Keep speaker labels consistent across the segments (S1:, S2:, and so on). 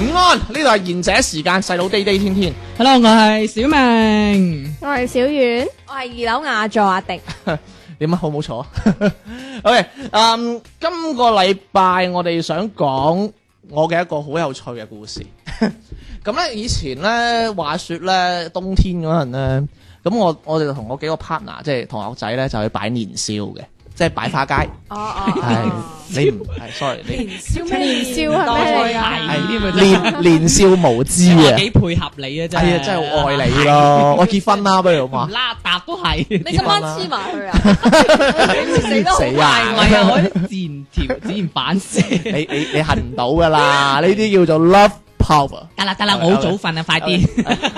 S1: 午安，呢度係賢者時間，細佬 day day 天天。
S2: Hello，我係小明。
S3: 我係小遠，
S4: 我係二樓雅座阿迪，
S1: 點啊？好唔好坐 ？OK，嗯，今個禮拜我哋想講我嘅一個好有趣嘅故事。 咁咧，以前咧，話說咧，冬天嗰陣咧，咁我我哋就同我幾個 partner，即係同學仔咧，就去擺年宵嘅，即係擺花 街。
S4: 哦哦
S1: 係，你 唔係，sorry，你
S3: 年宵係咩嚟㗎？
S2: 係
S1: 係年年少無知啊！
S2: 幾配合你啊！真
S1: 哎呀，真 係好愛你咯！我結婚啦，不如好嘛
S2: 唔？拉搭都係。
S4: 你今晚黐埋佢啊！你死得好
S1: 死
S4: 快
S1: 啊
S2: 係咪 啊？我啲自然條自然反射。
S1: 你你你行唔到噶啦，呢啲叫做 love power。
S2: 得啦得啦，我好早瞓啊，快啲。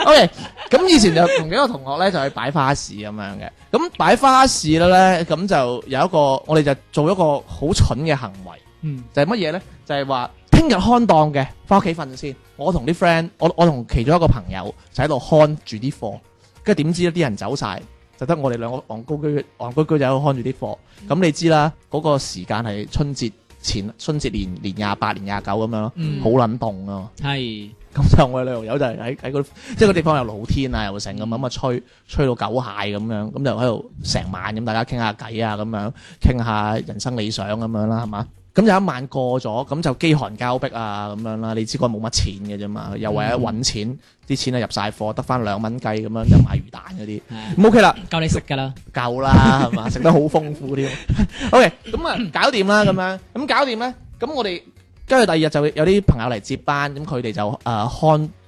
S1: OK，咁以前就同幾個同學咧就去擺花市咁樣嘅，咁擺花市咧咁就有一個我哋就做一個好蠢嘅行為，
S2: 嗯，
S1: 就係乜嘢咧？就係話聽日看檔嘅，翻屋企瞓先。我同啲 friend，我我同其中一個朋友就喺度看住啲貨，跟住點知啲人走晒，就得我哋兩個戇居居戇居居就喺度看住啲貨。咁你知啦，嗰、個時間係春節前，春節年年廿八、年廿九咁樣咯，
S2: 嗯
S1: 好撚凍啊！
S2: 係
S1: 咁就我哋兩條友就係喺喺嗰啲，即係個地方有露天啊，又成咁咁啊吹吹到狗蟹咁樣，咁就喺度成晚咁大家傾下偈啊，咁樣傾下人生理想咁樣啦，係嘛？咁就一晚過咗，咁就飢寒交迫啊咁樣啦。你知嗰日冇乜錢嘅啫嘛，又為咗揾錢，啲錢啊入晒貨，得翻兩蚊雞咁樣就買魚蛋嗰啲，
S2: 係
S1: 咁 OK 啦。
S2: 夠你食㗎啦。
S1: 夠啦， 係嘛？食得好豐富添。OK，咁啊，搞掂啦，咁樣，咁搞掂咧，咁我哋跟住第二日就有啲朋友嚟接班，咁佢哋就誒、呃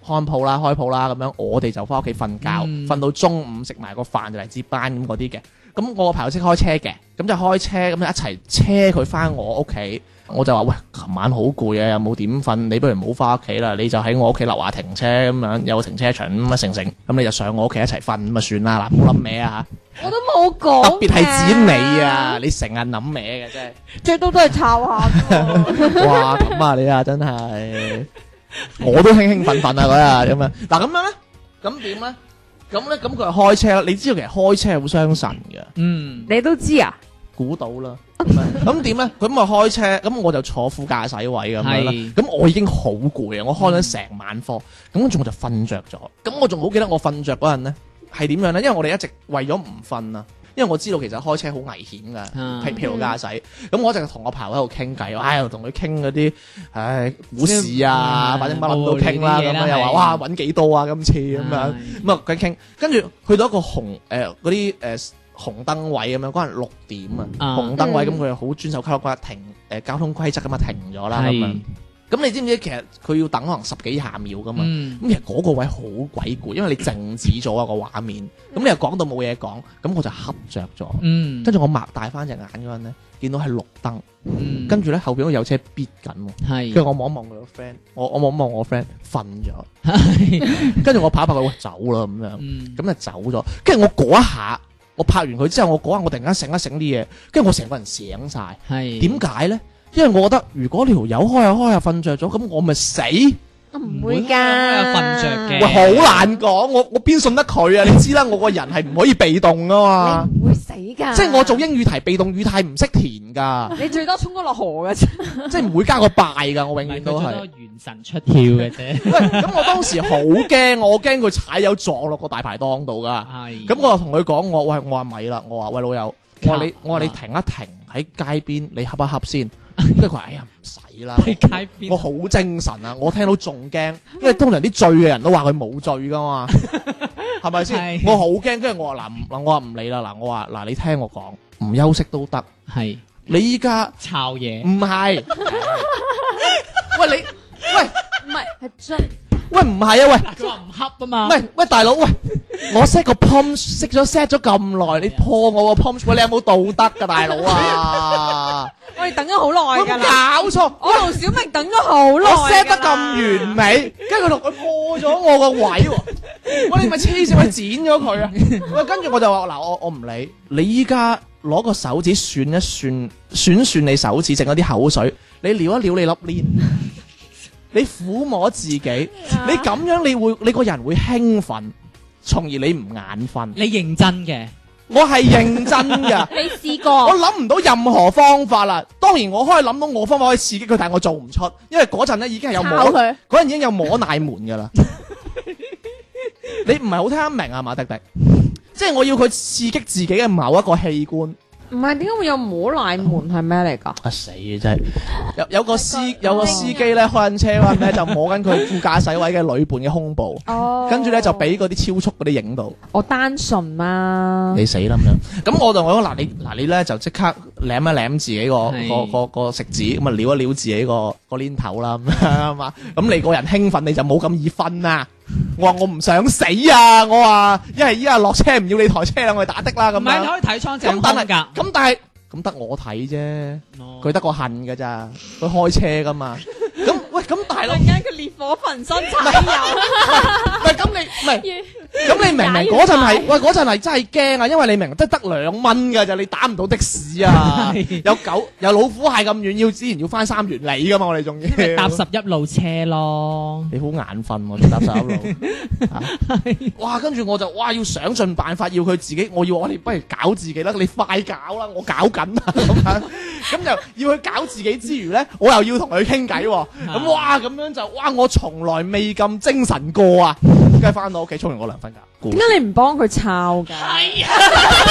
S1: 看看鋪啦、開鋪啦，咁樣我哋就翻屋企瞓覺，
S2: 嗯
S1: 瞓、到中午食埋個飯就嚟接班咁嗰啲嘅。咁我個朋友識開車嘅，咁就開車咁就一齊車佢翻我屋企。我就話：喂，琴晚好攰啊，又冇點瞓，你不如唔好翻屋企啦，你就喺我屋企樓下停車咁樣，有個停車場咁啊，成成咁你就上我屋企一齊瞓咁啊，算啦，嗱，冇諗歪啊嚇
S4: 我都冇講。
S1: 特別係指你啊！，你成日諗歪嘅真
S4: 最多都係抄下啫喎。
S1: 係，哇咁啊你啊真係，我都興興奮奮啊嗰日咁樣。嗱咁樣咧，咁點咧？咁咧咁佢係開車啦。你知道其實開車係好傷神嘅，
S2: 嗯，
S4: 你都知啊？
S1: 估到啦。 咁點咧？咁咪開車，咁我就坐副駕駛位咁樣啦
S2: 係。
S1: 咁我已經好攰啊！我開咗成晚課，咁跟住我就瞓着咗。咁我仲好記得我瞓着嗰陣咧係點樣咧？因為我哋一直為咗唔瞓啊，因為我知道其實開車好危險㗎。
S2: 啊
S1: 疲疲勞駕駛，咁我一直同我朋友喺度傾偈，唉，又同佢傾嗰啲唉股市啊，
S2: 嗯
S1: 反正乜諗都傾啦，
S2: 冇
S1: 咁
S2: 嘢啦
S1: 樣又話
S2: 係
S1: 哇揾幾多啊今次咁樣，咁啊佢傾，跟住去到一個紅誒嗰啲誒紅燈位咁樣，嗰陣六點啊，
S2: 啊
S1: 紅燈位咁
S3: 嗯
S1: 佢又好遵守交通規則停誒交通規則咁啊停咗啦咁樣
S2: 係，，
S1: 咁你知唔知其實佢要等可能十幾下秒噶嘛？
S2: 嗯
S1: 咁其實嗰個位好鬼攰，因為你靜止咗啊個畫面，咁你又講到冇嘢講，咁我就瞌着咗。
S2: 嗯，
S1: 跟住我擘大翻隻眼嗰陣咧，見到係綠燈，
S2: 嗯
S1: 跟住咧後邊嗰有車逼緊喎，
S2: 係
S1: 跟住我望一望佢個 friend，我我望一望我 friend 瞓咗，跟住我拍一拍佢，喂走啦咁樣，
S2: 嗯
S1: 咁就走咗。跟住我嗰一下，我拍完佢之後，我嗰下我突然間醒一醒啲嘢，跟住我成個人醒晒。
S2: 係
S1: 點解咧？因為我覺得如果條友開下開下瞓着咗，咁我咪死。
S3: 唔
S2: 會㗎我有瞓着嘅
S1: 喂，好難講，我我邊信得佢啊？你知啦，我個人係唔可以被動噶嘛。
S4: 嗯
S3: 你唔會死㗎。
S1: 即係我做英語題被動語態唔識填 㗎。
S4: 你最多衝咗落河嘅啫。
S1: 即係唔會加個敗㗎，我
S2: 唔
S1: 永
S2: 係
S1: 遠
S2: 佢
S1: 都
S2: 最
S1: 係
S2: 多。元神出竅嘅啫。
S1: 喂，咁我當時好驚，我驚佢踩油撞落個大排檔度㗎。
S2: 係
S1: 咁我就同佢講，我喂，我話咪啦，我話喂老友，我話你
S2: 啊
S1: 我話你停一停喺街邊，你恰一恰先。跟住佢話：哎呀唔使啦，
S2: 喺街 邊
S1: 我好精神啊！我聽到仲驚，因為通常啲醉嘅人都話佢冇醉㗎 嘛，係咪先？
S2: 係
S1: 我好驚，跟住我話嗱唔嗱，我話唔理啦嗱，我話嗱你聽我講，唔休息都得。
S2: 係
S1: 你依家
S2: 抄嘢，
S1: 唔 係，喂你喂。
S4: 唔係，係真。
S1: 喂，唔係啊，喂，
S2: À, 佢話唔恰啊嘛
S1: 唔，係，喂，大佬，喂，我 set 個 pump 識咗 set 咗咁耐，你破我個 pump，喂你有冇道德㗎大佬啊？
S4: 我哋等咗好耐
S1: 有
S4: 噶
S1: 冇
S4: 啦，
S1: 搞錯？
S4: 我同小明等咗好
S1: 我
S4: 耐㗎啦，
S1: set 得咁完美，跟住佢同佢破咗我個位喎， 喂你咪黐線，我剪咗佢啊！喂，跟住我就話嗱，我我唔理，你依家攞個手指算一算，算算你手指剩嗰啲口水，你撩一撩 你粒鏈，你撫摸自己，
S4: 啊
S1: 你咁樣你會你個人會興奮，從而你唔眼瞓。
S2: 你認真嘅，
S1: 我係認真 㗎。
S4: 你試
S1: 我
S4: 過？
S1: 諗唔到任何方法啦。當然我可以諗到我方法可以刺激佢，但係我做唔出，因為嗰陣咧已經係有摸
S3: 炒佢
S1: 嗰陣已經有摸奶門噶啦。你唔係好聽得明啊，馬迪迪，即係我要佢刺激自己嘅某一個器官。
S4: 唔係點解會有摸奶門係咩嚟㗎？
S1: 啊死啊真係！有有個司有個司機咧開緊車嗰陣咧就摸緊佢副駕駛位嘅女伴嘅胸部，
S4: 哦
S1: 跟住咧就俾嗰啲超速嗰啲影到。
S4: 我單純嘛，
S1: 你死啦咁樣。咁我就我嗱你嗱你咧就即刻舐一舐自己個
S2: 係
S1: 個個個食指，咁啊撩一撩自己個個鏈頭啦，咁樣嘛。咁你個人興奮你就冇咁易瞓啦。我話我唔想死啊！我話一係依家落車唔要你台車啦，我去打的啦咁
S2: 唔係你
S1: 樣。
S2: 可以睇倉
S1: 咁
S2: 正空
S1: 但係
S2: 㗎。
S1: 咁但係咁得我睇啫，
S2: 哦
S1: 佢得個恨㗎咋，佢開車噶嘛。咁喂咁大佬，
S4: 間佢烈火焚身柴 油，
S1: 喂咁你唔係。咁你明唔明
S4: 啊
S1: 嗰陣係喂嗰陣係真係驚啊，因為你明即係得兩蚊㗎咋，你打唔到的士啊，
S2: 係
S1: 有狗有老虎蟹咁遠，要之前要翻三元里㗎嘛，我哋仲要
S2: 搭 十一路車咯，
S1: 你好眼瞓喎，你搭十一路，啊哇！跟住我就哇要想盡辦法要佢自己，我要我哋不如搞自己啦，你快搞啦，我搞緊啦咁樣，咁就要佢搞自己之餘咧，我又要同佢傾偈喎，咁哇咁樣就哇我從來未咁精神過啊，跟住翻到屋企沖完個涼瞓覺。
S4: 點解你唔幫佢抄㗎？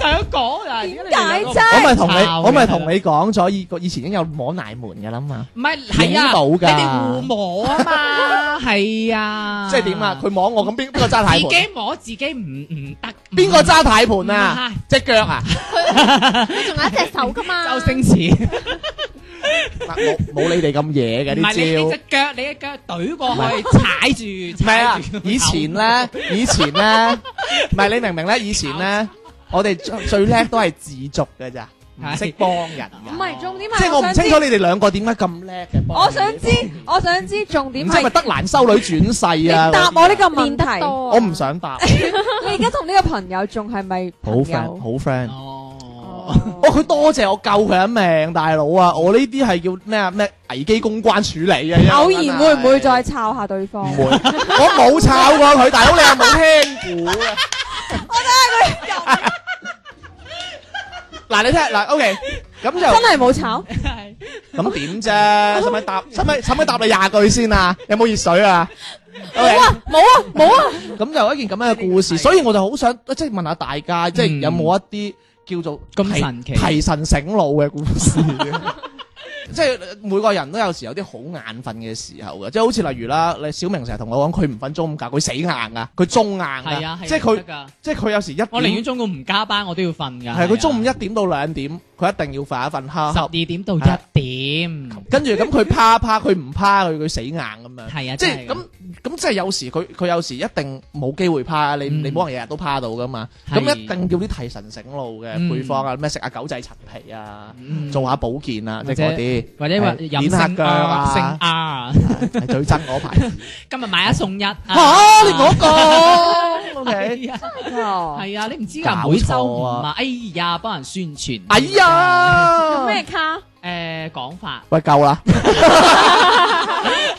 S2: 想講啊，
S4: 點解啫？
S1: 我咪同你，
S2: 抄嘅
S1: 我咪同你講咗，以以前已經有摸奶門噶啦嘛。
S2: 唔係係
S1: 影到㗎
S2: 啊，你哋互摸啊嘛，係啊，
S1: 即係點啊？佢摸我咁邊邊個揸太
S2: 自己
S1: 盤？
S2: 摸自己唔唔得，
S1: 邊個揸太盤啊
S2: 唔係？
S1: 只腳啊？
S3: 仲有一隻手噶嘛，
S2: 周星馳？
S1: 嗱冇冇你哋咁野嘅
S2: 唔係你你
S1: 啲
S2: 只腳，你只腳懟過去踩住，
S1: 招。唔係啊
S2: 踩住，
S1: 以前咧，以前咧，唔係你明唔明咧？以前咧，我哋最最叻都係自足嘅咋，唔識幫人
S4: 唔
S1: 㗎。
S4: 係重點
S1: 即
S4: 係
S1: 係我唔
S4: 想
S1: 清
S4: 知
S1: 楚你哋兩個點解咁叻嘅幫人。
S4: 我想知，我想知重點
S1: 唔知係
S4: 係
S1: 咪德蘭修女轉世
S4: 你
S1: 啊？
S4: 答我呢個問
S3: 練得
S4: 題，
S3: 多啊。
S1: 我唔想答。
S4: 你而家同呢個朋友仲係咪
S1: 好
S4: 朋
S1: friend，
S4: 友？
S1: 好 friend。
S2: 哦，
S4: 哦
S1: 哦，佢多謝我救佢一命，大佬啊！我呢啲係叫咩啊咩危機公關處理啊！
S4: 偶然會唔會再
S1: 真係？
S4: 抄下對方
S1: 唔？會，我冇炒過佢，大佬你有冇聽估啊？ 我睇下佢嗱，你聽嗱，OK，咁
S4: 真
S1: 就
S4: 係冇炒，
S1: 咁點啫？使唔使答？使唔使使唔使答你廿句先啊？有冇熱水啊？OK，
S4: 冇啊冇啊！
S1: 咁就一件咁樣嘅故事，所以我就好想即係問下大家，即係有冇一啲叫做
S2: 嗯咁
S1: 提
S2: 神奇，
S1: 提神醒腦嘅故事。 即係每個人都有時有啲好眼瞓嘅時候嘅，即係好似例如啦，你小明成日同我講佢唔瞓中午覺，佢死硬啊，佢中硬
S2: 係
S1: 啊
S2: 啊，，
S1: 即係佢
S2: 佢，
S1: 即係佢有時一點
S2: 我寧願中午唔加班，我都要瞓㗎。
S1: 係佢中午
S2: 係
S1: 一點到兩點，佢一定要瞓一瞓
S2: 啊十
S1: 哈
S2: 二，點到一點，
S1: 跟住咁佢趴趴，佢唔趴佢佢死硬咁樣。
S2: 係啊，
S1: 即
S2: 係
S1: 係咁咁，即係有時佢佢有時一定冇機會趴，你
S2: 嗯
S1: 你冇可能日日都趴到噶嘛。
S2: 係
S1: 咁一定要啲提神醒腦嘅
S2: 嗯
S1: 配方啊，咩食下狗仔陳皮啊，
S2: 咁
S1: 做下保健啊，即
S2: 或
S1: 係
S2: 者
S1: 嗰啲。
S2: 或者話飲
S1: 剪下
S2: 性
S1: 腳
S2: R
S1: 啊
S2: 性 R，
S1: 係最憎 我牌子。
S2: 今日買一送一嚇
S1: 嚇！你嗰個 OK？
S2: 係啊，
S4: 哦
S2: 係啊，你唔知
S1: 搞錯啊
S2: 㗎，每週五啊，哎呀，幫人宣傳，
S1: 哎，呀！
S3: 咩卡？
S2: 誒講法，
S1: 喂，夠 啦！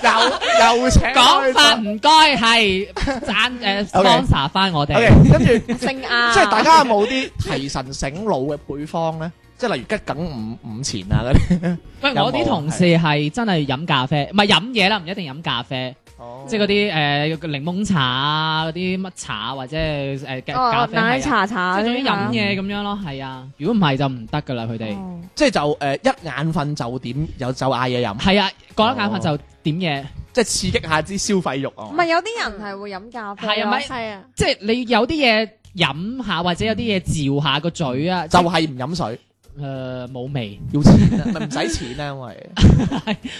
S1: 又又請
S2: 講法唔該係贊誒 sponsor 翻我
S1: O
S2: 哋
S1: K，，跟 住
S3: 性啊，
S1: 即係大家有冇啲提神醒腦嘅配方咧？即係例如吉梗五五錢啊嗰啲。
S2: 喂，
S1: 有
S2: 我
S1: 冇
S2: 啲同事係真係飲咖啡，唔係飲嘢啦，唔一定飲咖啡，
S1: 哦
S2: 即係嗰啲誒檸檬茶啊，嗰啲乜茶或者誒嘅咖
S3: 哦
S2: 啡
S3: 奶
S2: 係啊，
S3: 茶茶
S2: 即係
S3: 嗰
S2: 總之
S3: 啲
S2: 飲
S3: 啊，
S2: 嘢咁樣咯，係啊，如果唔係就唔得㗎啦，佢哋
S3: 哦
S1: 即係就誒一眼瞓就點有就嗌嘢飲，
S2: 係啊，過得眼瞓就點嘢。
S1: 即係刺激下啲消費欲啊
S4: 唔！係有啲人係會飲咖啡咯，
S2: 哦係啊咪
S3: 係啊，
S2: 即係你有啲嘢飲下，或者有啲嘢嚼下個嘴啊，
S1: 就
S2: 誒
S1: 係唔飲水，
S2: 冇味，
S1: 要錢啊，咪唔使錢啊，因為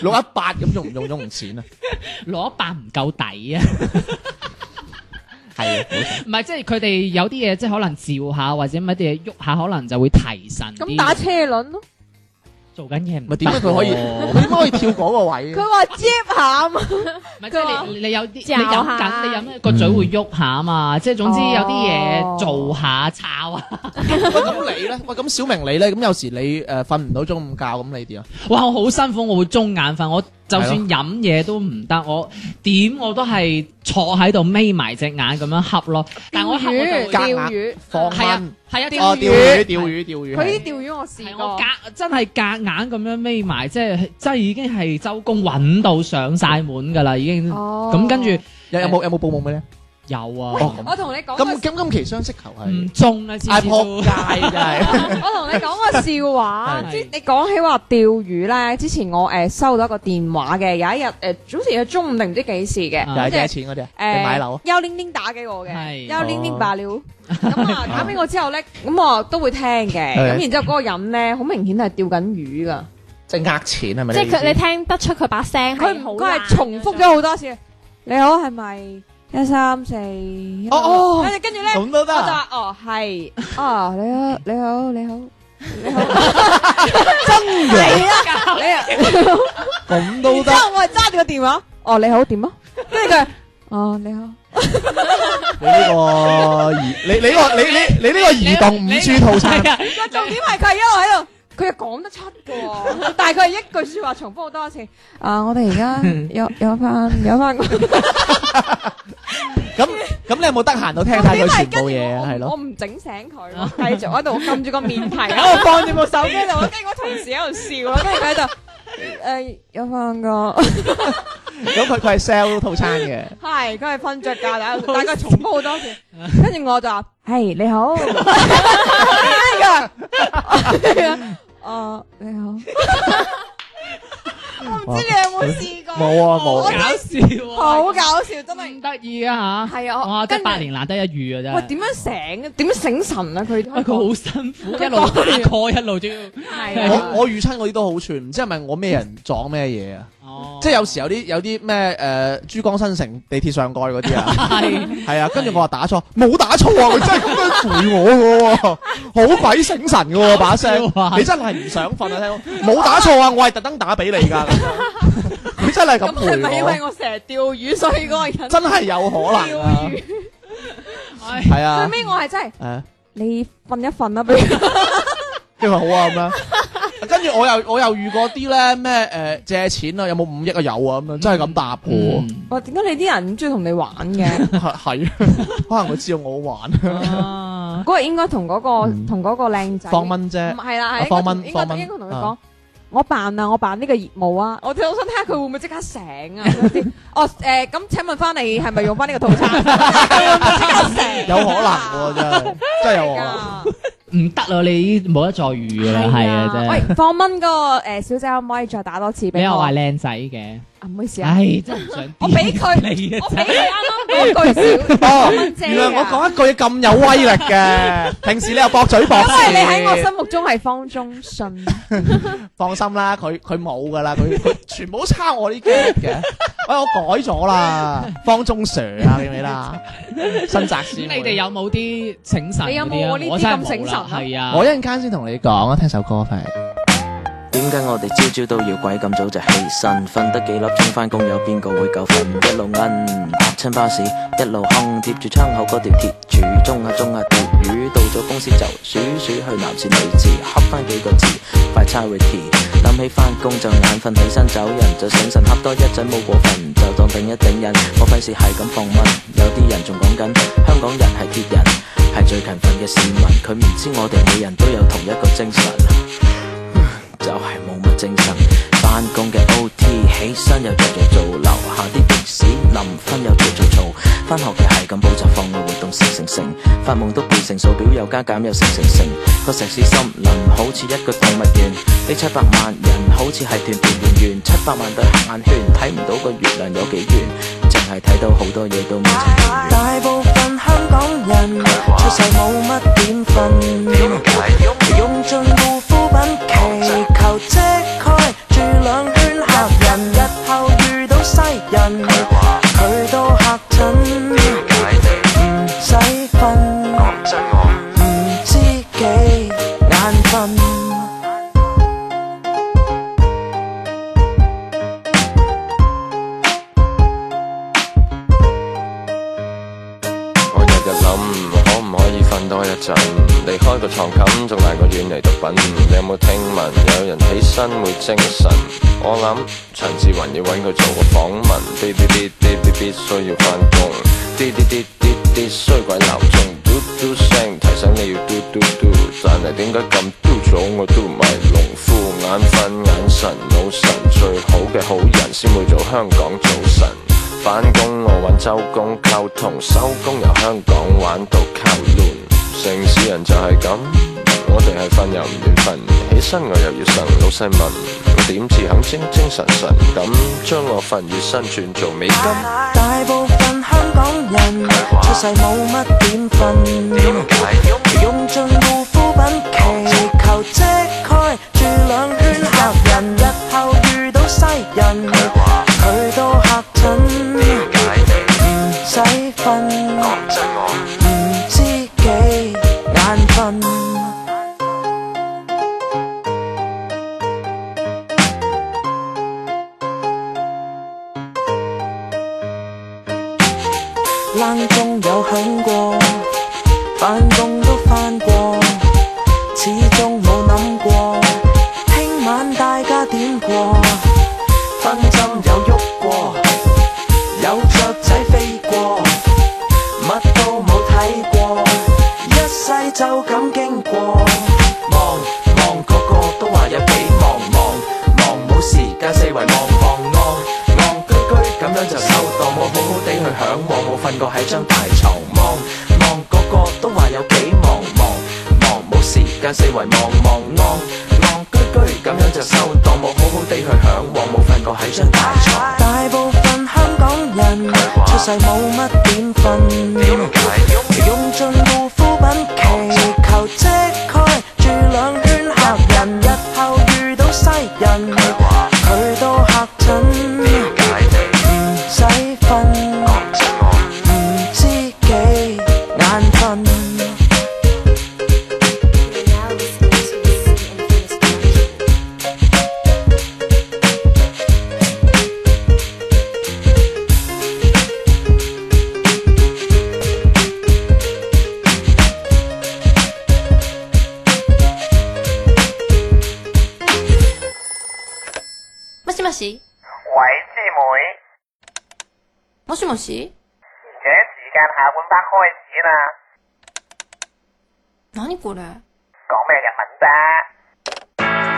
S1: 六一八咁用唔用都唔錢啊！
S2: 攞一百唔夠抵啊！
S1: 係冇
S2: 唔係即係佢哋有啲嘢即係可能照下或者乜啲嘢喐下，可能就會提神啲。
S4: 咁打車輪咯，
S2: 做緊嘢唔
S1: 咪點 解佢可以
S2: 得喎
S1: 點解可以跳嗰個位？
S4: 佢話接下啊嘛，
S2: 唔係即係你你有啲你
S3: 嚼
S2: 飲
S3: 下
S2: 緊，你飲個嘴會喐下啊嘛，即係總之有啲嘢
S4: 哦
S2: 做下炒啊！
S1: 喂，咁你咧？喂，咁小明你咧？咁有時你誒瞓唔到中午覺，咁你點啊？
S2: 哇，我好辛苦，我會中眼瞓，我就算飲嘢都唔得，我點我都係坐喺度眯埋隻眼咁樣瞌咯。 但我瞌
S4: 釣
S2: 我就
S4: 魚
S2: 會
S1: 夾硬
S4: 釣魚，
S1: 放
S2: 係啊
S1: 蚊
S2: 係啊，
S1: 哦，釣魚釣魚釣魚，
S4: 佢
S1: 係
S4: 啲釣魚我試
S2: 係
S4: 過
S2: 我。隔真係隔眼咁樣眯埋，即係即係已經係周公揾到上晒門㗎啦，已經
S4: 哦
S2: 咁跟住
S1: 有有冇有冇報夢俾你？
S2: 有啊，
S1: 哦咁
S4: 我同你講個，
S1: 咁咁今期雙色球係
S2: 唔中啊，次
S1: 嗌
S2: 次
S1: 撲
S2: 都
S1: 街真係，
S4: 我同你講個笑 話
S2: 係。
S4: 即你講起話釣魚咧，之前我誒收到一個電話嘅，有一日誒，好似係中午定唔知幾時嘅。
S2: 啊
S1: 又係幾多錢嗰啲啊？你買樓啊？
S4: 幽玲玲打俾我
S2: 係
S4: 嘅，幽玲玲罷了。咁 啊，打俾我之後咧，咁我都會聽嘅。
S1: 係
S4: 咁然之後嗰個人咧，好明顯係釣緊魚噶。
S1: 即係呃錢係咪？
S3: 即係佢你聽得出佢把聲
S4: 佢
S3: 係好
S4: 唔佢
S3: 懶
S4: 係重複咗好多次。你好，係咪一三四？
S1: 哦哦
S4: 跟住跟住咧，
S1: 咁都得
S4: 我就
S1: 啊？
S4: 話哦係啊，你好你好 你好你好，真係啊！你啊，
S1: 咁都得
S4: 之，後我係揸住個電話，哦你好點啊？跟住佢哦你好，
S1: 你呢個移你你呢個你你你呢個移動五 G 套餐
S2: 係。啊
S4: 個重點係佢係一路喺度。佢又講得出嘅喎，但係佢係一句説話重複好多次。啊，我哋而家有有翻有翻，重
S1: 咁咁你有冇得閒 到聽晒
S4: 點
S1: 佢全
S4: 係
S1: 部
S4: 跟住
S1: 嘢
S4: 我
S1: 啊？係
S4: 我
S1: 咯，
S4: 唔整醒佢， 我繼續喺度撳住個面皮，喺度放住部手機度，跟住我同事喺度笑咯，跟 住佢喺度誒有翻個。
S1: 咁佢佢係 sell 套餐嘅，
S4: 係，佢係瞓着覺，但係佢重複好多 次，跟住我就話：係你好， 跟住佢哦你好， 我唔知你有冇試過，
S1: 冇啊冇
S2: 搞
S1: 啊
S2: 笑喎，
S4: 好搞笑，真
S2: 唔
S4: 係
S2: 得意啊吓！
S4: 係啊，
S2: 哇！
S4: 我
S2: 即
S4: 跟
S2: 係
S4: 住
S2: 百年難得一遇啊，真
S4: 喂
S2: 係。
S4: 點樣醒啊？點樣醒神啊？佢
S2: 喂，佢好辛苦，一
S4: 佢
S2: 路
S4: 講
S2: 打 call，一路都要。
S4: 係啊
S1: 我我遇親嗰啲都好串，唔知係咪我咩人撞咩嘢啊？
S2: 哦
S1: 即係有時有啲有啲咩誒珠江新城地鐵上蓋嗰啲啊，
S2: 係
S1: 係啊，跟住我話打錯，冇打錯啊，佢真係咁樣陪我嘅喎，好鬼醒神嘅 喎把聲
S2: 搞笑啊，
S1: 你真係唔想瞓啊聽我，冇打錯啊，我係特登打俾你㗎，咁樣佢真係咁
S4: 咁係咪
S1: 陪
S4: 因為
S1: 我，
S4: 我成日釣魚，所以嗰個人
S1: 真係有可能啊，
S2: 唉
S1: 係
S4: 最
S1: 啊，
S4: 尾我係真係
S1: 誒。
S4: 你瞓一瞓啦，不 如
S1: 跟住話好啊咁樣。跟住我又我又遇過啲咧咩誒借錢啊，有冇五億啊有啊咁樣，真係咁答我。
S2: 嗯
S4: 我點解你啲人唔中意同你玩嘅？
S1: 係 係，可能佢知道我好 玩，
S2: 啊
S4: 嗰日應該同嗰個
S1: 嗯
S4: 同嗰個靚仔
S1: 放蚊
S4: 唔
S1: 啫。
S4: 係啦，
S1: 啊
S4: 係
S1: 放蚊
S4: 應該
S1: 放蚊
S4: 應該同佢
S1: 啊
S4: 講，我辦啊，我辦呢個業務啊，我我想睇下佢會唔會即刻醒啊？嗰 啲哦誒，咁請問翻你係咪用翻呢個套餐？ 佢會唔會即刻醒啊？啊
S1: 有可能喎，真係真係 有可
S4: 㗎
S1: 能。
S2: 唔得啦，你冇得再遇啦，係啊，真係。
S4: 喂，放蚊嗰個誒小姐可唔可以再打多次
S2: 你
S4: 俾
S2: 又
S4: 我？
S2: 話
S4: 啊
S2: 靚仔嘅，
S4: 唔好意思啊，
S2: 唉，真係唔想。
S4: 我俾 佢
S2: 你啊
S4: 我
S2: 真
S4: 俾
S2: 係
S4: 佢啱啱嗰句小
S1: 哦
S4: 放蚊，姐
S1: 原來我
S4: 啊，
S1: 講一句嘢咁有威力 嘅，平時你又駁嘴駁舌。
S4: 因為你喺我心目中係方中信。
S1: 放心啦，佢佢冇噶啦，佢佢全部都抄我啲經歷 嘅。喂，我改咗啦，方中 Sir 啊，記唔記 得啊？新澤師
S2: 咁
S1: 妹。
S2: 你哋有冇啲醒神嗰啲啊？
S4: 你有冇我呢啲
S2: 我真係
S4: 咁醒神
S2: 冇啦
S4: 啊
S2: 係啊，
S1: 我一陣間先同你講啊，聽首歌翻嚟。
S5: 點解我哋朝朝都要鬼咁早就起身？瞓得幾粒鐘返工有邊個會夠瞓？一路奀搭親巴士，一路哼貼住窗口嗰條鐵柱，中下中下釣魚，到咗公司就鼠鼠去男廁女廁，恰翻幾個字，快差 Ricky。諗起返工就眼瞓，起身走人就醒神，恰多一陣冇過分，就當頂一頂人。我費事係咁放蚊，有啲人仲講緊香港人係鐵人，係最勤奮嘅市民，佢唔知我哋每人都有同一個精神。就係冇乜精神。翻工嘅 OT，起身又繼續做，留下啲的士，臨分又繼續做。翻學嘅係咁補習，放外活動成成成，發夢都變成數表，又加減又成成成。個石屎森林好似一個動物園，呢七百萬人好似係團團圓圓，七百萬對黑眼圈，睇唔到個月亮有幾圓，淨係睇到好多嘢都唔曾見完。
S6: 大部分香港人出世冇乜點瞓，用盡護膚品祈求遮蓋住兩圈客人，日後遇到西人佢都嚇親。唔
S7: 可唔可以瞓多一陣？離開個床冚仲難過遠離毒品。你有冇聽聞有人起身會精神？我諗陳志雲要揾佢做個訪問。啲啲啲啲啲必須要翻工。啲啲啲啲啲衰鬼鬧鐘，嘟嘟聲提醒你要嘟嘟嘟。但係點解咁嘟早我都唔係農夫，眼瞓眼神冇神，最好嘅好人先會做香港早晨。返工我揾周公溝通，收工由香港玩到靠亂。城市人就係咁，我哋係瞓又唔願瞓，起身我又要呻。老細問我點至肯精精神神咁將我份月薪轉做美金。
S5: 大部分香港人出世冇乜點瞓，用盡護膚品祈求遮蓋住兩圈客人，日後遇到西人，佢都嚇親，唔使瞓，唔知幾眼瞓。冷中有響過，返工都翻過，始終冇諗過，聽晚大家點過，分針有喐過，有雀仔飛過，乜都冇睇過，一世就咁經過，望望個個都話有幾忙忙忙，冇時間四圍望望望望居居咁樣就收檔，冇好好地去享望，冇瞓過喺張大床望望，個個都話有幾忙忙忙，冇時間四圍望望望望居居咁樣就收檔，冇好好地去享望，冇瞓過喺張大床。大部分香港人出世冇乜點瞓，用盡護膚品祈求遮蓋住兩圈客人，日後遇到西人，佢都嚇親。唔使瞓，唔知幾眼瞓。
S3: もしもし
S8: 喂，師
S3: も
S8: 妹，
S3: しもし
S8: 而且時間下半 part 開始啦，
S3: 何これ
S8: 講咩日文啫？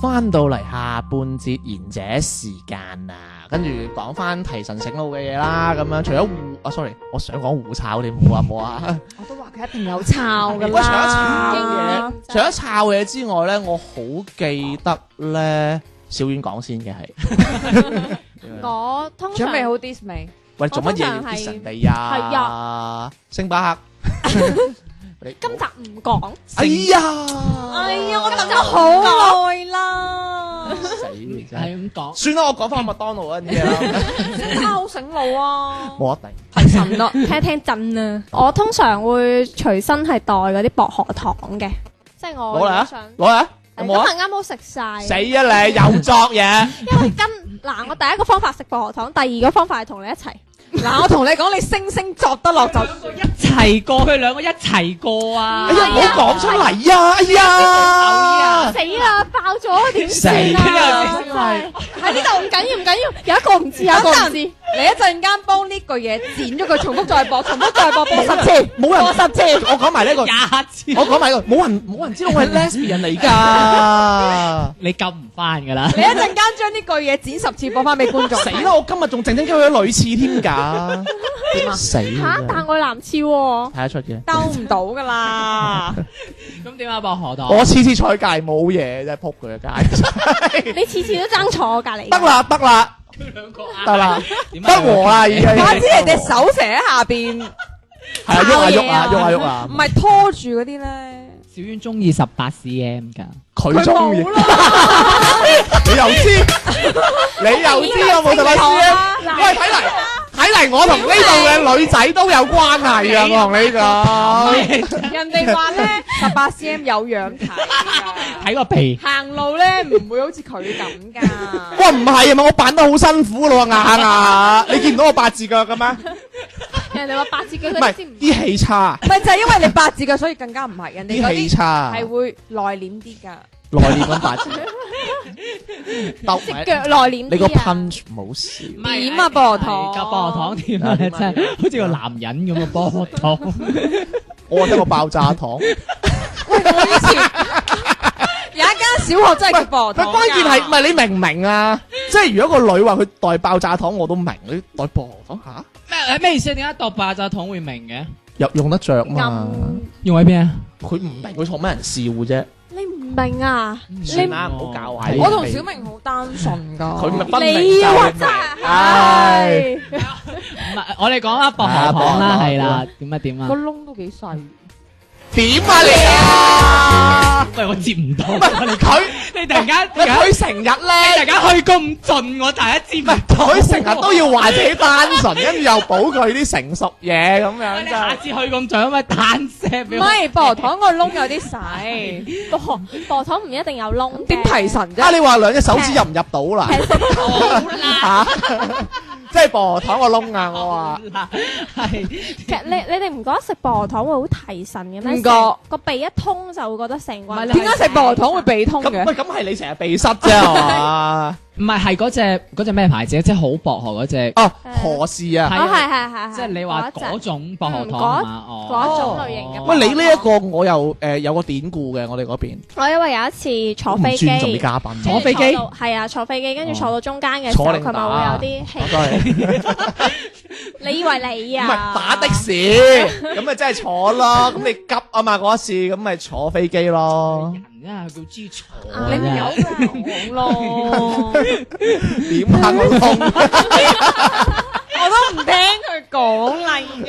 S1: 翻到嚟下半節賢者時間啦，跟住講翻提神醒腦嘅嘢啦，咁樣除咗互啊，sorry，我想講互炒添，冇啊冇啊，
S4: 我都話佢一定有抄噶
S1: 如果除咗炒
S4: 啦
S1: 嘢，，除咗炒嘢之外咧，我好記得咧，小婉講先嘅係，
S3: 我通常
S4: 準備好 dis 未？
S1: 喂做乜嘢
S3: 我
S1: 要
S3: 通常係
S1: diss 人哋呀？星 巴克，你
S3: 今集唔講。
S1: 哎呀，
S3: 哎呀，我等咗
S4: 好啊耐啦，
S1: 死你
S2: 系
S1: 真係
S2: 咁講。
S1: 算啦，我講翻麥當勞嗰啲嘢 啦，
S4: 抄醒腦啊，
S1: 我一定。
S4: 提神咯。
S3: 聽聽震啊！我通常會隨身係帶嗰啲薄荷糖嘅，即係我
S1: 攞嚟啊
S3: 想，
S1: 攞嚟啊！有
S3: 今
S1: 冇啊？
S3: 日啱好食晒。
S1: 死啊你！又作 嘢，
S3: 因為跟嗱，我第一個方法食薄荷糖，第二個方法係同你一齊。
S4: 嗱，我同你講，你星星作得落就
S2: 一齊過，佢兩個一齊過啊！
S1: 哎呀唔好講出嚟啊！哎 呀，
S3: 死啦！爆咗點
S1: 死
S3: 算啊
S1: 啦！！
S3: 真係喺呢度唔緊要，唔緊要，有一個唔知，有一個唔知。
S4: 你一陣間幫呢句嘢剪咗佢，重複再播，重複再播，播十次，
S1: 冇人十次，我講埋 呢個，
S2: 廿次，
S1: 我講埋呢個，冇人冇人知道我係 lesbian 嚟㗎。
S2: 你救唔翻㗎啦！
S4: 你一陣間將呢句嘢剪十次播翻俾觀眾。
S1: 死啦！哎我今日仲靜靜雞去女廁添㗎，死啊
S3: 嚇！！但我男廁喎，
S1: 睇得出嘅，
S4: 兜唔到噶 啦，
S2: 咁點啊？薄荷糖，
S1: 我次次坐喺界冇嘢，真係撲佢嘅街。
S3: 你次次都爭坐我隔離。
S1: 得啦得啦
S2: 佢兩個啊
S1: 得啦，
S2: 點
S1: 得和啦已經。
S4: 啊我只係隻手成喺下邊，
S1: 哎係啊，喐下喐下喐下啊喐下
S4: 唔。係拖住嗰啲咧。
S2: 小娟中意十八 cm 㗎，
S1: 佢中意。你又 哎知，你又知我冇同佢 C 啊 M。喂，睇嚟睇嚟我同呢度嘅女仔都有關係啊！我同你講，
S4: 人哋話咧，十八 cm 有樣睇㗎
S2: 睇個鼻。
S4: 行路咧唔會好似佢咁㗎。
S1: 哇唔係啊嘛，我扮得好辛苦咯，硬啊硬，你見唔到我八字腳嘅咩？
S3: 人哋話八字腳
S1: 唔
S3: 嗰
S1: 係
S3: 啲先唔
S1: 啲氣差，
S4: 唔係就係因為你八字嘅，所以更加唔係人哋
S1: 啲
S4: 嗰
S1: 氣
S4: 啲
S1: 差，
S4: 係會內斂啲㗎。
S1: 內練咁八字， 鬥
S3: 隻腳內斂
S1: 你個
S3: 啲啊！
S1: punch 冇事。
S4: 點啊薄荷糖
S2: 係㗎薄荷糖添啊！真係好似個男人咁啊嘅薄荷糖。
S1: 我得個爆炸糖，
S4: 我以前 有一間小學真係叫薄荷
S1: 但
S4: 糖㗎。
S1: 關鍵係唔係你明唔明啊？即係如果個女話佢代爆炸糖，我都明。你代薄荷糖嚇，
S2: 咩咩意思？點解度爆炸筒會明嘅？
S1: 又用得着嘛？
S3: 暗
S2: 用喺邊啊？
S1: 佢唔明，佢錯咩人笑啫？
S3: 你唔明啊？
S1: 算啦，唔好教壞。
S4: 我同小明好單純㗎。
S1: 佢咪分明
S3: 你
S1: 就
S3: 啊
S1: 係
S3: 真
S1: 哦唉
S3: 係，
S2: 唔係，我哋講啦，薄荷糖啦，係啦，點啊點
S4: 個
S2: 啊？
S4: 窿都幾細。
S1: 點啊你啊？
S2: 喂，我接唔到，
S1: 佢
S2: 你突然間，突
S1: 喂
S2: 然間
S1: 佢成日
S2: 你突然
S1: 咧，
S2: 間去咁盡，我第一接唔
S1: 佢成日都要話自己單純，跟住又補佢啲成熟嘢咁樣
S2: 你
S1: 真係
S2: 下。次去咁盡，咪彈射
S4: 唔
S2: 俾我。
S4: 係薄荷糖個窿有啲細，
S3: 薄薄糖唔一定有窿 嘅。
S4: 點提神
S1: 啊！
S4: 啫？
S1: 你話兩隻手指入唔入到啦？嚇！ 即係薄荷糖個窿啊！我話
S2: 嗱，係
S3: 其實你你哋唔覺得食薄荷糖會好提神嘅咩？
S4: 唔覺
S3: 成個鼻一通就會覺得成個人哦
S4: 點解食薄荷糖會鼻通
S1: 咁
S4: 嘅？
S1: 喂，咁係你成日鼻塞啫係 嘛？
S2: 唔係係嗰只嗰只咩牌子？即係好薄荷嗰只，
S1: 哦，何事啊？
S2: 係
S3: 哦，係
S2: 啊，
S3: 係係係，
S2: 即係你話嗰種薄荷
S3: 嗯
S2: 糖
S3: 嗰
S2: 啊嘛哦，
S3: 嗰種類型嘅。
S1: 喂，你呢一個我又誒有個典故嘅，我哋嗰邊
S3: 我因為有一次坐
S1: 我唔
S3: 飛機，
S1: 尊重啲嘉賓，
S2: 坐飛機
S3: 係啊，坐飛機，跟住
S1: 哦
S3: 坐到中間嘅時候，
S1: 坐
S3: 佢
S1: 定
S3: 咪
S1: 打啊
S3: 會有啲氣
S1: 我。都係
S3: 你以為 你
S1: 唔
S3: 啊？
S1: 係打的士咁咪真係坐咯？咁你急啊嘛嗰一次，咁咪坐飛機 咯？
S2: 人啊叫知錯
S3: 啊
S2: 真係
S4: 有講咯，
S1: 點下個窿？
S4: 我都唔聽佢講啦，已經。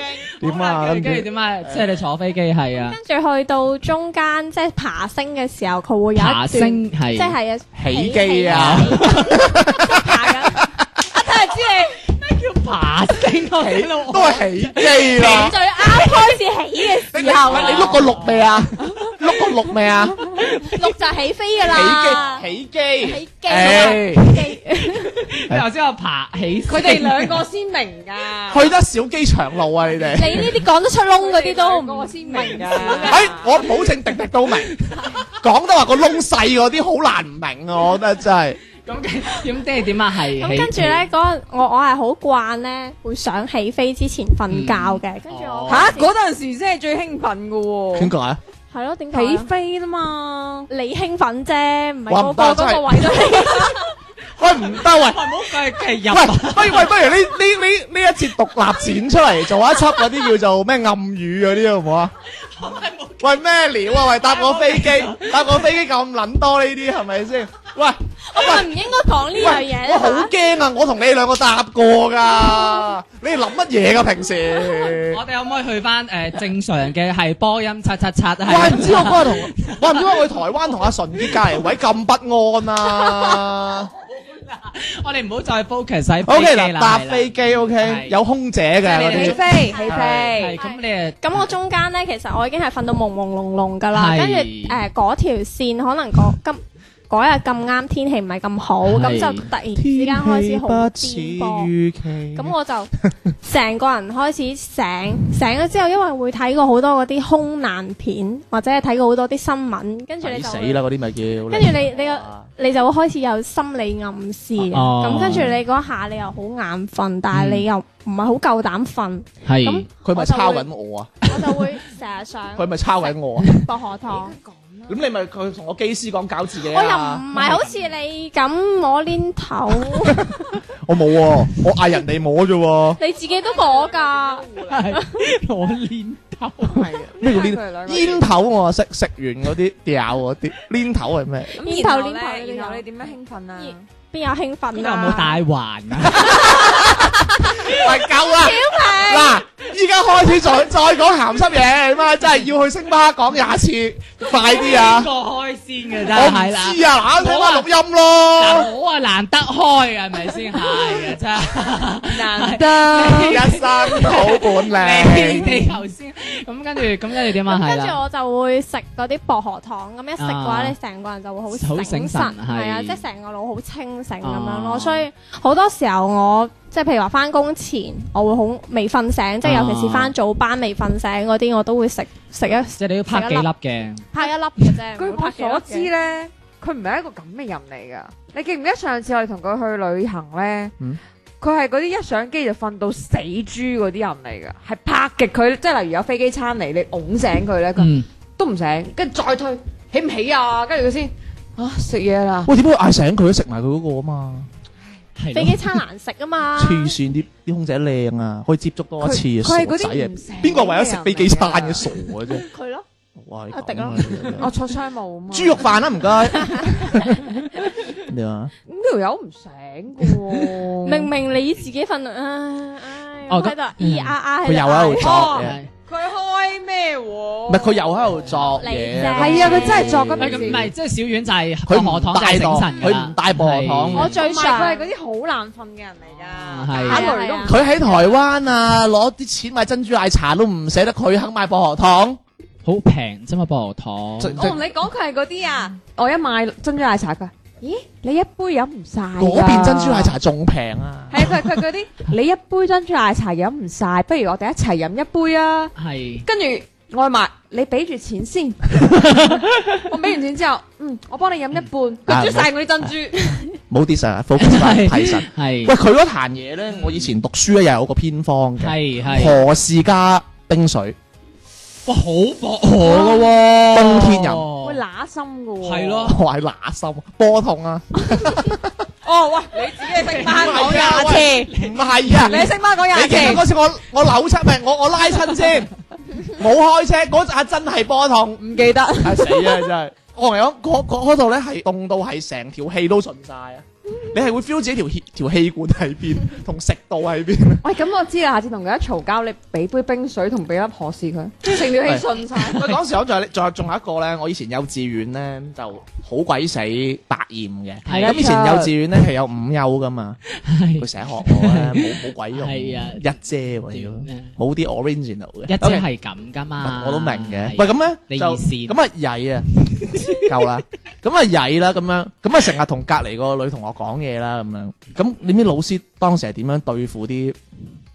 S1: 點啊？
S2: 跟
S1: 跟
S2: 住
S1: 住
S2: 跟住點啊？即係你坐飛機係啊，
S3: 跟住去到中間，即係爬升嘅時候，佢會有一
S2: 爬
S3: 段，
S2: 升係
S3: 即係
S1: 起機啊！
S3: 爬緊，
S4: 真係知你
S2: 叫爬升啊！起
S1: 都係起機啦！
S3: 最啱開始起嘅時候啊，
S1: 你碌個六未啊？碌個六未啊？
S3: 六就起飛㗎啦，
S1: 起機，起機，
S3: 起機
S1: 哎
S3: 機，
S2: 你頭先話爬起，
S4: 佢哋兩個先明㗎。
S1: 去得少機場路啊！你哋，
S3: 你呢啲講得出窿嗰啲都唔
S4: 我先明㗎。
S1: 哎，我保證滴滴都明，講得話個窿細嗰啲好難明啊！我覺得真係，
S2: 咁跟咁即係點啊？係
S3: 咁
S2: 起
S3: 跟住咧，嗰陣我我係好慣咧，會想起飛之前瞓覺
S4: 嗯
S3: 嘅。跟住
S1: 哦
S3: 我
S4: 嚇！嗰陣時先係最興奮㗎
S1: 解啊？
S3: 係咯，點解
S4: 喎，起
S3: 啊？
S4: 飛啦嘛。
S3: 你興奮啫，唔
S1: 哇
S3: 係
S1: 唔
S3: 個
S1: 得啊
S3: 個
S1: 真
S3: 嗰
S1: 係
S3: 個位都興奮。
S1: 喂，唔得喂！
S2: 喂唔好計計入
S1: 喂，不如喂，不如呢呢呢呢一節獨立剪出嚟做一輯嗰啲叫做咩暗語嗰啲好唔好啊？喂咩料啊？喂搭我飛機，搭我飛機咁撚多呢啲係咪先？喂
S3: 我咪唔應該講呢樣嘢咧
S1: 我好
S3: 嚇
S1: 驚啊！我同你兩個搭過㗎，你哋諗乜嘢㗎平時？
S2: 我哋可唔可以去翻誒正常嘅係波音七七七
S1: 怪
S2: 係
S1: 唔知我嗰日同，怪唔知我去台灣同阿純啲隔離位咁不安啊
S2: 我哋唔好再 focus 喺
S1: ！O
S2: 飛
S1: K
S2: 機
S1: 嗱，
S2: 啦，
S1: 搭
S2: 係啦
S1: 飛機 O
S2: 係
S1: K，有空姐嘅嗰
S2: 即係你
S4: 起
S2: 哋
S1: 啲，
S4: 飛，起
S2: 係
S4: 飛。
S2: 咁你誒
S3: 咁我中間咧，其實我已經係瞓到朦朦朧朧㗎啦。
S2: 係
S3: 跟住誒嗰條線，可能嗰今嗰日咁啱天氣唔係咁好，
S2: 係
S3: 咁就突然之間開始好顛簸。
S1: 期
S3: 咁我就 成個人開始醒，醒咗之後，因為會睇過好多嗰啲空難片，或者係睇過好多啲新聞，跟住你就會
S1: 嗰啲咪叫
S3: 跟住你你個你就會開始有心理暗示，啊咁、
S2: 哦
S3: 跟住你嗰下你又好眼瞓，但係你又唔係好夠膽瞓，
S2: 係
S3: 咁
S1: 佢咪抄緊我啊！
S3: 我就會成日想
S1: 佢咪抄緊我啊！
S3: 薄荷糖。
S1: 咁你咪佢同我機師講搞自己
S3: 我又
S1: 啊！
S3: 唔係好似你咁摸 黏頭，
S1: 我冇喎，我嗌人哋摸啫喎。
S3: 你自己都摸㗎。
S2: 係我練頭
S1: 咩叫
S4: 佢哋兩
S1: 黏
S4: 個
S1: 煙頭？我識食完嗰啲掉嗰啲，黏頭係咩？
S4: 咁
S3: 煙頭
S4: 然後
S3: 黏頭嗰啲
S4: 咧，然後
S3: 有
S4: 你點樣興奮啊？
S3: 邊有興奮
S2: 邊
S3: 啊？
S2: 度有冇大 環啊？
S1: 喂，夠啦！嗱，依家開始再再講鹹濕嘢，咁啊真係要去星巴克講廿次，快啲啊！
S2: 個開先嘅真
S1: 我 唔
S2: 係啦。
S1: 知啊，嗱，聽翻錄音
S2: 嗱
S1: 咯，
S2: 好啊，難得開啊，係咪先係啊？真係難
S1: 一身好本
S2: 你
S1: 領。
S2: 哋頭 先咁跟住咁跟住點啊？係
S3: 跟住
S2: 啦，
S3: 我就會食嗰啲薄荷糖，咁一食嘅話，
S2: 啊
S3: 你成個人就會好
S2: 好
S3: 醒
S2: 醒
S3: 神，
S2: 神
S3: 係啊，
S2: 係
S3: 即係成個腦好清醒咁樣
S2: 啊
S3: 咯。所以好多時候我即係譬如話翻工前，我會好未瞓醒，即
S2: 啊
S3: 係尤其是翻早班未瞓醒嗰啲，我都會食食一
S2: 即係你要拍幾粒嘅。
S3: 拍一粒嘅啫。
S4: 據
S3: 唔會
S4: 我
S3: 拍幾粒
S4: 所
S3: 嘅
S4: 知，咧，佢唔係一個咁嘅人嚟噶。你記唔記得上次我哋同佢去旅行咧
S1: 嗯？
S4: 佢係嗰啲一上機就瞓到死豬嗰啲人嚟噶，係拍極佢，即係例如有飛機餐嚟，你拱醒佢咧，佢
S2: 嗯，
S4: 都唔醒，跟住再推，起唔起啊？跟住佢先啊食嘢啦，
S1: 喂，點解嗌醒佢都食埋佢嗰個啊嘛？
S2: 係
S3: 飛
S2: 咯
S3: 機餐難食啊嘛。
S1: 黐線啲啲空姐靚啊，可以接觸多一次
S4: 佢
S1: 啊！
S4: 佢係嗰
S1: 傻仔啊
S4: 啲唔！醒
S1: 邊個為咗食飛機餐嘅
S4: 嘅
S1: 傻嘅啫？
S3: 佢咯，
S1: 哇！你
S3: 阿迪
S1: 咁啊
S3: 咯
S1: 你
S4: 我坐商務啊嘛，
S1: 豬肉飯啦，唔該。 你話
S4: 呢條友唔醒嘅喎，
S3: 明明你自己瞓啊，唉
S2: 哦
S3: 我
S2: 咁
S3: 喺度啊咿呀呀喺
S1: 佢又
S2: 啊
S1: 喺度作
S4: 哦
S1: 嘢，
S4: 佢開咩喎？唔
S1: 唔係佢又喺度作嘢。
S3: 你啫
S4: 係啊，佢真係作嗰
S2: 唔係
S4: 筆
S2: 咁
S4: 字，
S2: 唔係，即係小丸就係薄
S1: 佢唔
S2: 荷糖就係醒神㗎啦
S1: 佢唔帶薄荷糖
S2: 係
S3: 我最
S4: 唔係佢係
S3: 常
S4: 嗰啲好難瞓嘅人嚟
S2: 係
S4: 㗎，打雷都唔
S1: 佢喺台灣啊，攞啲錢買珍珠奶茶都唔捨得，佢肯買薄荷糖。
S2: 好平啫嘛，薄荷糖。
S1: 即
S4: 我同你講，佢係嗰啲啊！我一買珍珠奶茶，佢話咦，你一杯飲唔晒㗎
S1: 嗰邊珍珠奶茶仲平啊！
S4: 係佢佢嗰啲，你一杯珍珠奶茶飲唔晒，不如我哋一齊飲一杯啊！
S2: 係
S4: 跟住外賣，你俾住錢 先。我俾完錢之後，嗯，我幫你飲一半，佢啜晒我啲珍珠。
S1: 啊冇啲神，focus 翻提神。
S2: 係
S1: 喂，佢嗰壇嘢咧，我以前讀書咧又有個偏方嘅，
S2: 係係，
S1: 何氏加冰水，
S2: 哇好薄荷㗎喎，
S1: 冬天人
S4: 會乸心㗎喎。
S2: 係咯
S1: 我係乸心波痛啊！
S4: 哦，喂，你自己去星巴 克講
S1: 唔係啊
S4: 廿次，
S1: 唔係啊，
S4: 你去星巴克講
S1: 你記唔記
S4: 廿次，
S1: 得嗰次我我扭親咪我我拉親先，冇開車嗰陣真係波痛，
S4: 唔記得。
S1: 啊死啊真係！我同你講，嗰嗰嗰度咧係凍到係成條氣都順晒啊！你係會 feel 自己條氣條氣管喺邊，同食道 喺邊。
S4: 喂，咁我知啦，下次同佢一嘈交，你俾杯冰水同俾粒可士佢，成條氣順晒。
S1: 喂，嗰時我仲有仲有仲有一個咧，我以前幼稚園咧就好鬼死百厭嘅。
S2: 係
S1: 咁以前幼稚園咧係有午休噶嘛，佢
S2: 係
S1: 成日學我咧冇冇鬼用，
S2: 係啊
S1: 一姐喎屌
S2: 點啊
S1: 冇啲 original 嘅
S2: 一隻
S1: OK
S2: 係咁㗎嘛，
S1: 我都明嘅。
S2: 係
S1: 喂，咁咧
S2: 你
S1: 就
S2: 意思
S1: 咁啊曳 啊，夠啦。咁啊曳啦，咁樣咁啊成日同隔離個女同學講嘢啦，咁樣。咁你知老師當時係點樣對付啲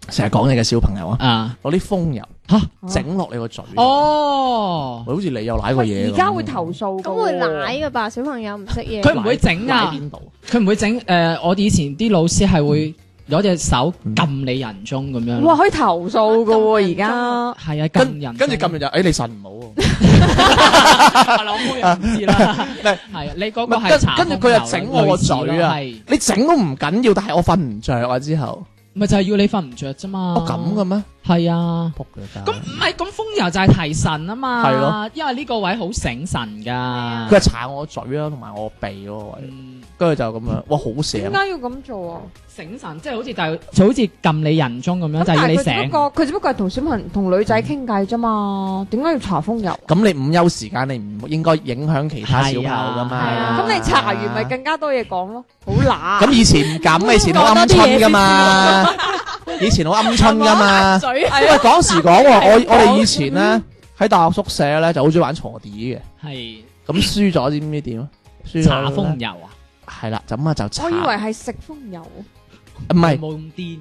S1: 成日講嘢嘅小朋友啊？
S2: 啊
S1: 攞啲風油
S2: 嚇
S1: 整落你個嘴。，
S2: 哦，
S1: 好似你又舐過嘢
S4: 喂
S1: 咁。
S4: 而家會投訴㗎喎，
S3: 咁會奶噶吧？小朋友唔識嘢，
S2: 佢唔會整啊
S1: 舐邊度？
S2: 佢唔會整誒，我哋以前啲老師係會攞隻手撳你人中咁樣，
S4: 哇，可以投訴噶喎，而家
S2: 係啊，撳
S1: 跟
S2: 人，
S1: 跟住撳完就，誒你神唔好喎。
S2: 我諗我又唔知 啦，
S1: 係
S2: 係啊你嗰個係茶
S1: 跟跟住佢又整我個嘴啊！
S2: 係
S1: 你整都唔緊要，但係我瞓唔着啊！之後
S2: 咪就係要你瞓唔着啫嘛？
S1: 我咁嘅咩？
S2: 係啊。
S1: 仆佢街
S2: 咁唔係咁風油就係提神啊嘛，
S1: 係咯，
S2: 因為呢個位好醒神噶
S1: 佢。係搽我嘴啊，同埋我鼻嗰個位。
S2: 嗯
S1: 跟住就咁樣，哇好
S4: 點
S1: 醒！
S4: 解要咁做啊？
S2: 醒神即係好似就就好似撳你人中咁樣，
S4: 咁
S2: 就係要
S4: 但
S2: 你
S4: 係佢只
S2: 醒
S4: 不。過佢只不過係同小朋同女仔傾偈啫嘛，點解要搽風油？
S1: 咁你午休時間你唔應該影響其他小朋友噶嘛？
S2: 係啊
S4: 咁你搽完咪更加多嘢講咯，好乸。
S1: 咁以前唔敢，以前好鵪鶉 噶嘛，以前好鵪鶉噶嘛。
S3: 嘴
S4: 啊
S1: 喂，講時講喎，我我哋以
S4: 嗯
S1: 前咧喺大學宿舍咧就好中意玩鋤地嘅，
S2: 係
S1: 咁輸咗知唔知點啊？輸咗
S2: 搽風
S1: 油
S2: 油啊，
S1: 係啦，就咁啊就搽
S4: 我以為係食風油，
S1: 唔係
S2: 冇咁癲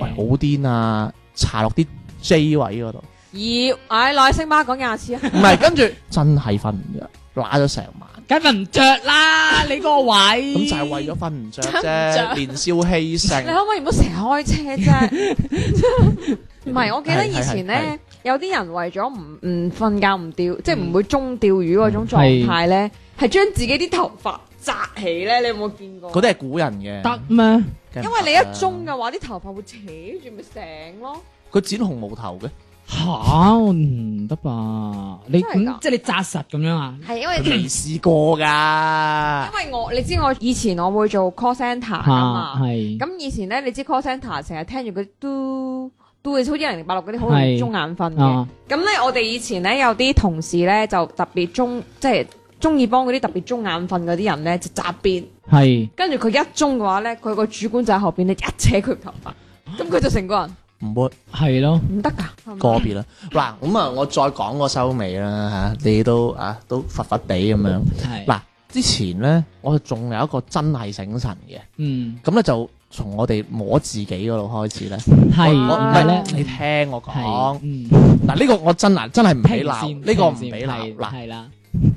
S2: 嘅。
S1: 好癲啊！搽落啲 J 位嗰度，
S4: 咦？唉，落去星巴克講廿次啊！
S1: 唔係跟住真係瞓唔着，揦咗成晚。
S2: 梗係唔着啦，你嗰個位。
S1: 咁就係為咗瞓唔着 啫，年少氣盛
S4: 你。可唔可以唔好成日開車啫？ 唔係，我記得以前
S1: 係係
S4: 咧，有啲人為咗唔唔瞓覺唔釣，即係唔會中釣魚嗰種狀態
S1: 嗯
S4: 咧，係將自己啲頭髮紮起咧。你有冇見過？
S1: 嗰啲係古人嘅，
S2: 得咩？
S1: 梗係唔得
S4: 因為你一中
S1: 啦，
S4: 嘅話，啲頭髮會扯住咪醒咯。
S1: 佢剪紅毛頭嘅，
S2: 吓，我唔得吧？你
S4: 真係㗎
S2: 咁即係你扎實咁樣啊？
S4: 係因為
S1: 佢未試過㗎
S4: 因。為我你知我以前我會做 call centre 噶
S2: 吓，
S4: 嘛，
S2: 係
S4: 咁以前咧你知 call centre 成日聽住佢嘟嘟，好似一零零八六嗰啲好
S2: 係
S4: 中眼瞓嘅。
S1: 哦
S2: 啊，
S4: 咁咧我哋以前咧有啲同事咧就特別中，即係中意幫嗰啲特別中眼瞓嗰啲人咧就扎辮，
S2: 係
S4: 跟住佢一中嘅話咧，佢個主管就喺後邊咧一扯佢頭髮，咁佢就成個人
S1: 唔會
S2: 係咯，
S4: 唔得㗎。
S1: 個別啦。嗱，咁啊，我再講個收尾啦嚇，你都啊都佛佛地咁樣。
S2: 係
S1: 嗱，之前咧，我仲有一個真係醒神嘅，
S2: 嗯
S1: 咁咧就從我哋摸自己嗰度開始咧。
S2: 係，
S1: 我唔
S2: 唔
S1: 係
S2: 係
S1: 咧
S2: 咧，，
S1: 你聽我
S2: 係
S1: 講。
S2: 嗯，
S1: 嗱，呢個我真係真係唔俾
S2: 聽
S1: 鬧，
S2: 先
S1: 呢個唔
S2: 聽先
S1: 俾鬧。
S2: 係
S1: 嗱。
S2: 係啦，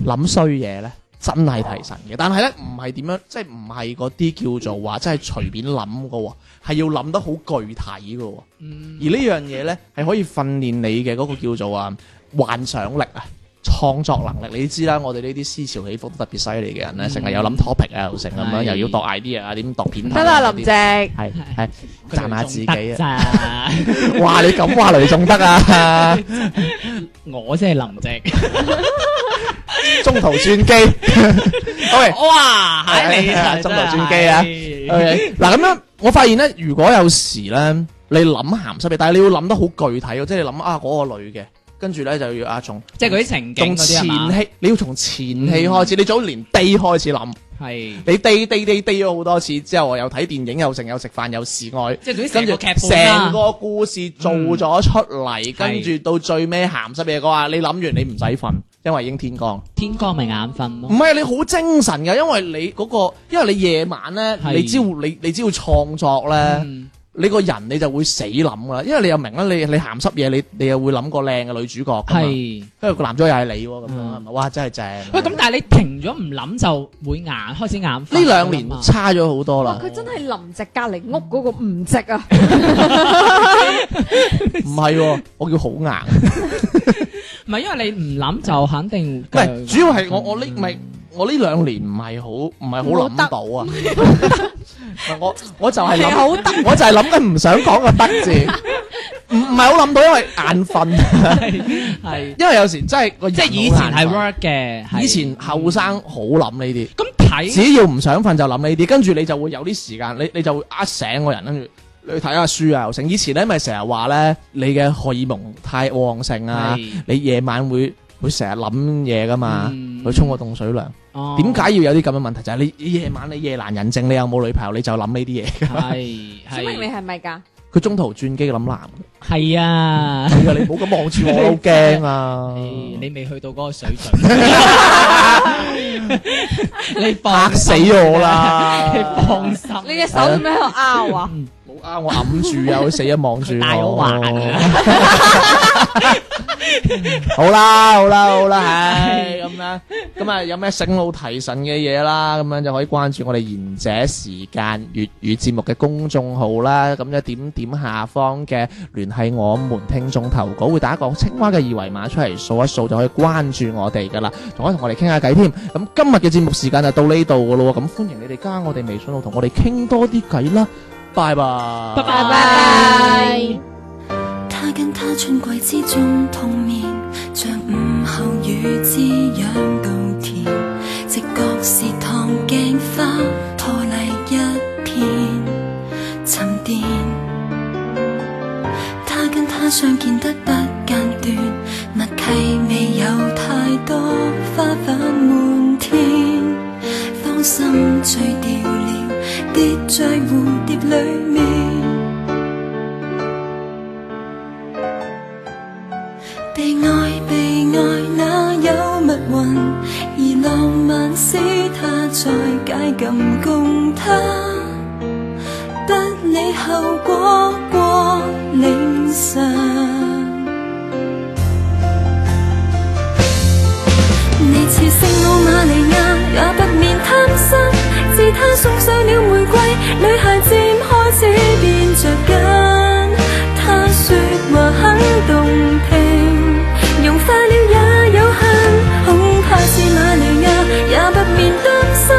S1: 諗衰嘢咧，真係提神嘅。但係咧，唔係點樣，即係唔係嗰啲叫做話，真係隨便諗嘅喎，係要諗得好具體嘅喎。
S2: 嗯
S1: 而呢樣嘢咧，係可以訓練你嘅嗰個叫做啊幻想力啊。創作能力，你知啦，我哋呢啲思潮起伏都特別犀利嘅人咧，
S2: 嗯
S1: 成日有諗 topic 啊，又成咁樣，
S2: 係
S1: 又要度 idea 啊，點度片頭
S4: 得
S1: 啊
S4: 啦，林，
S1: 呢
S4: 夕，
S1: 啲係係讚下自己啊！
S2: 啊！
S1: 哇，你咁話雷仲得啊？
S2: 我先係林夕，
S1: 中途轉機，OK。
S2: 哇！係你
S1: 係
S2: 啊，
S1: 係中途轉機啊
S2: 機
S1: OK，嗱咁樣，我發現咧，如果有時咧，你諗鹹濕嘢，但係你要諗得好具體喎，即係你諗啊嗰、個女嘅，跟住咧就要啊從
S2: 即係嗰啲情景嗰
S1: 從
S2: 啲係嘛嗯
S1: 前戲，你要從前戲開始，你早連 day 開始諗，
S2: 係，
S1: 你 day day day day 咗好多次之後，我又睇電影，又成，又食飯，又示愛。
S2: 即係總之
S1: 跟
S2: 成
S1: 住
S2: 個劇本啦
S1: 成個故事做咗出嚟，跟住
S2: 係
S1: 到最尾鹹濕嘢嗰下，你諗完你唔使瞓，因為已經天光。
S2: 天光咪眼瞓
S1: 唔
S2: 咯，
S1: 係啊，你好精神嘅，因為你嗰、個，因為你夜晚咧，
S2: 係
S1: 你只要你你只要創作咧，
S2: 嗯
S1: 你個人你就會死諗噶啦，因為你又明啦，你你鹹濕嘢，你你又會諗個靚嘅女主角㗎嘛，
S2: 係。
S1: 因為個男仔又係你喎，咁樣
S2: 嗯
S1: 係咪？哇，真係正！啊
S2: 喂，咁但係你停咗唔諗就會眼開始眼瞓。
S1: 呢兩年
S2: 咁啊
S1: 差咗好多
S4: 哇！
S1: 啦，
S4: 佢真係林夕隔離屋嗰個唔夕啊！
S1: 唔係喎，我叫好硬。
S2: 唔係因為你唔諗就肯定
S1: 唔係，主要係我我呢唔係我呢兩年唔係好唔係好諗到啊！ 唔係我我就係諗，我就係諗緊唔想講個得字，唔唔係好諗到，因為眼瞓，
S2: 係
S1: 因為有時真係個人
S2: 即係以前
S1: 好眼
S2: 係
S1: 瞓
S2: work 嘅，係嗯
S1: 以前後生好諗呢啲，
S2: 咁睇
S1: 只要唔想瞓就諗呢啲，跟住你就會有啲時間，你你就會呃醒個人，跟住你去睇下書啊，又成以前咧咪成日話咧，你嘅荷爾蒙太旺盛啊，
S2: 係
S1: 你夜晚會會成日諗嘢噶嘛，
S2: 嗯
S1: 去沖個凍水涼。
S2: 哦
S1: 點解啊要有啲咁嘅問題？就係你夜晚你夜難人靜，你有冇女朋友你就諗呢啲嘢。
S2: 係
S4: 小明你
S2: 係
S4: 係啊咪㗎？
S1: 佢中途轉機諗男
S2: 係啊？
S1: 嘅，你唔好咁望住我，我好驚 啊！
S2: 你你未去到嗰個水 準， 你
S1: 嚇
S2: 放
S1: 死啊
S2: 心
S1: 我！啦！
S2: 你放心，
S4: 你隻手點解喺度拗啊？
S1: 冇啱我揞住啊！佢死啊望住
S2: 大
S1: 我
S2: 我環啊！
S1: 好啦 好啦好啦，唉咁樣咁啊有咩醒腦提神嘅嘢啦，咁樣就可以關注我哋賢者時間粵語節目嘅公眾號啦。咁就點點下方嘅聯繫我們聽眾投稿，會打一個青蛙嘅二維碼出嚟掃一掃就可以關注我哋噶啦，仲可以同我哋傾下偈添。咁今日嘅節目時間就到呢度噶咯喎，咁歡迎你哋加我哋微信號同我哋傾多啲偈啦，拜拜，
S2: 拜拜
S3: 拜拜。
S9: 他跟他春季之中碰面，像午後雨滋養稻田，直覺是燙鏡花破麗一片沉澱。他跟他相見得不間斷，默契未有太多花瓣滿天，芳心醉掉了，跌在蝴蝶裏面。被愛被愛哪有密雲？而浪漫使他在解禁共他，不理後果過凌晨。你似聖母瑪利亞，也不免貪心。自他送上了玫瑰，女孩漸開始變着緊。他說話很動聽，融化了也有痕。恐怕是瑪利亞，也不免擔心。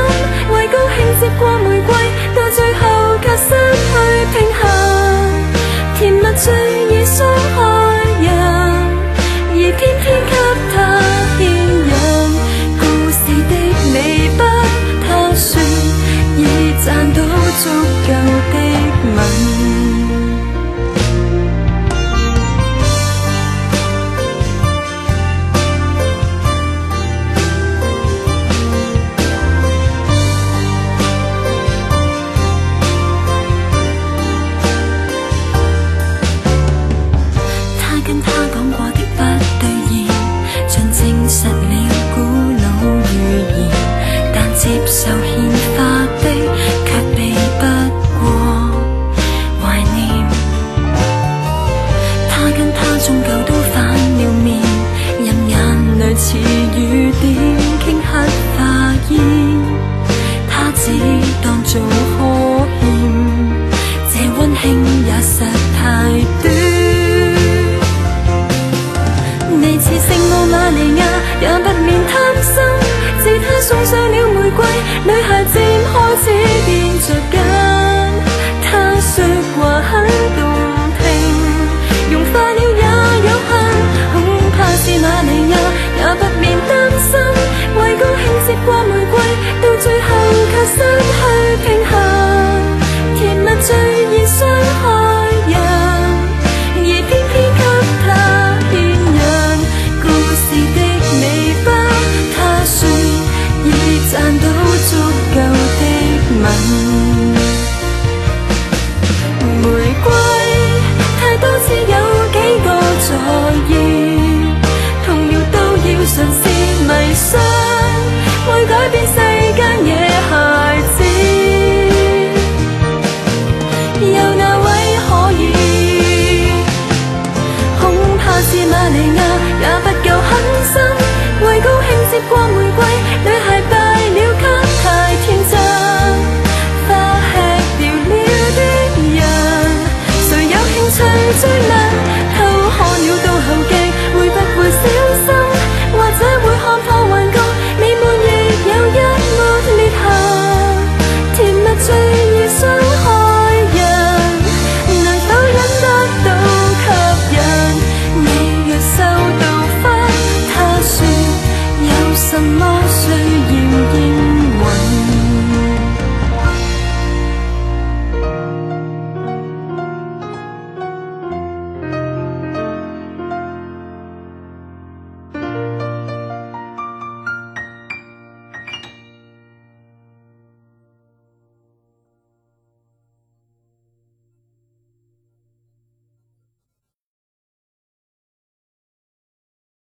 S9: 為高興接過玫瑰，到最後卻失去平衡。甜蜜醉意傷害人。地。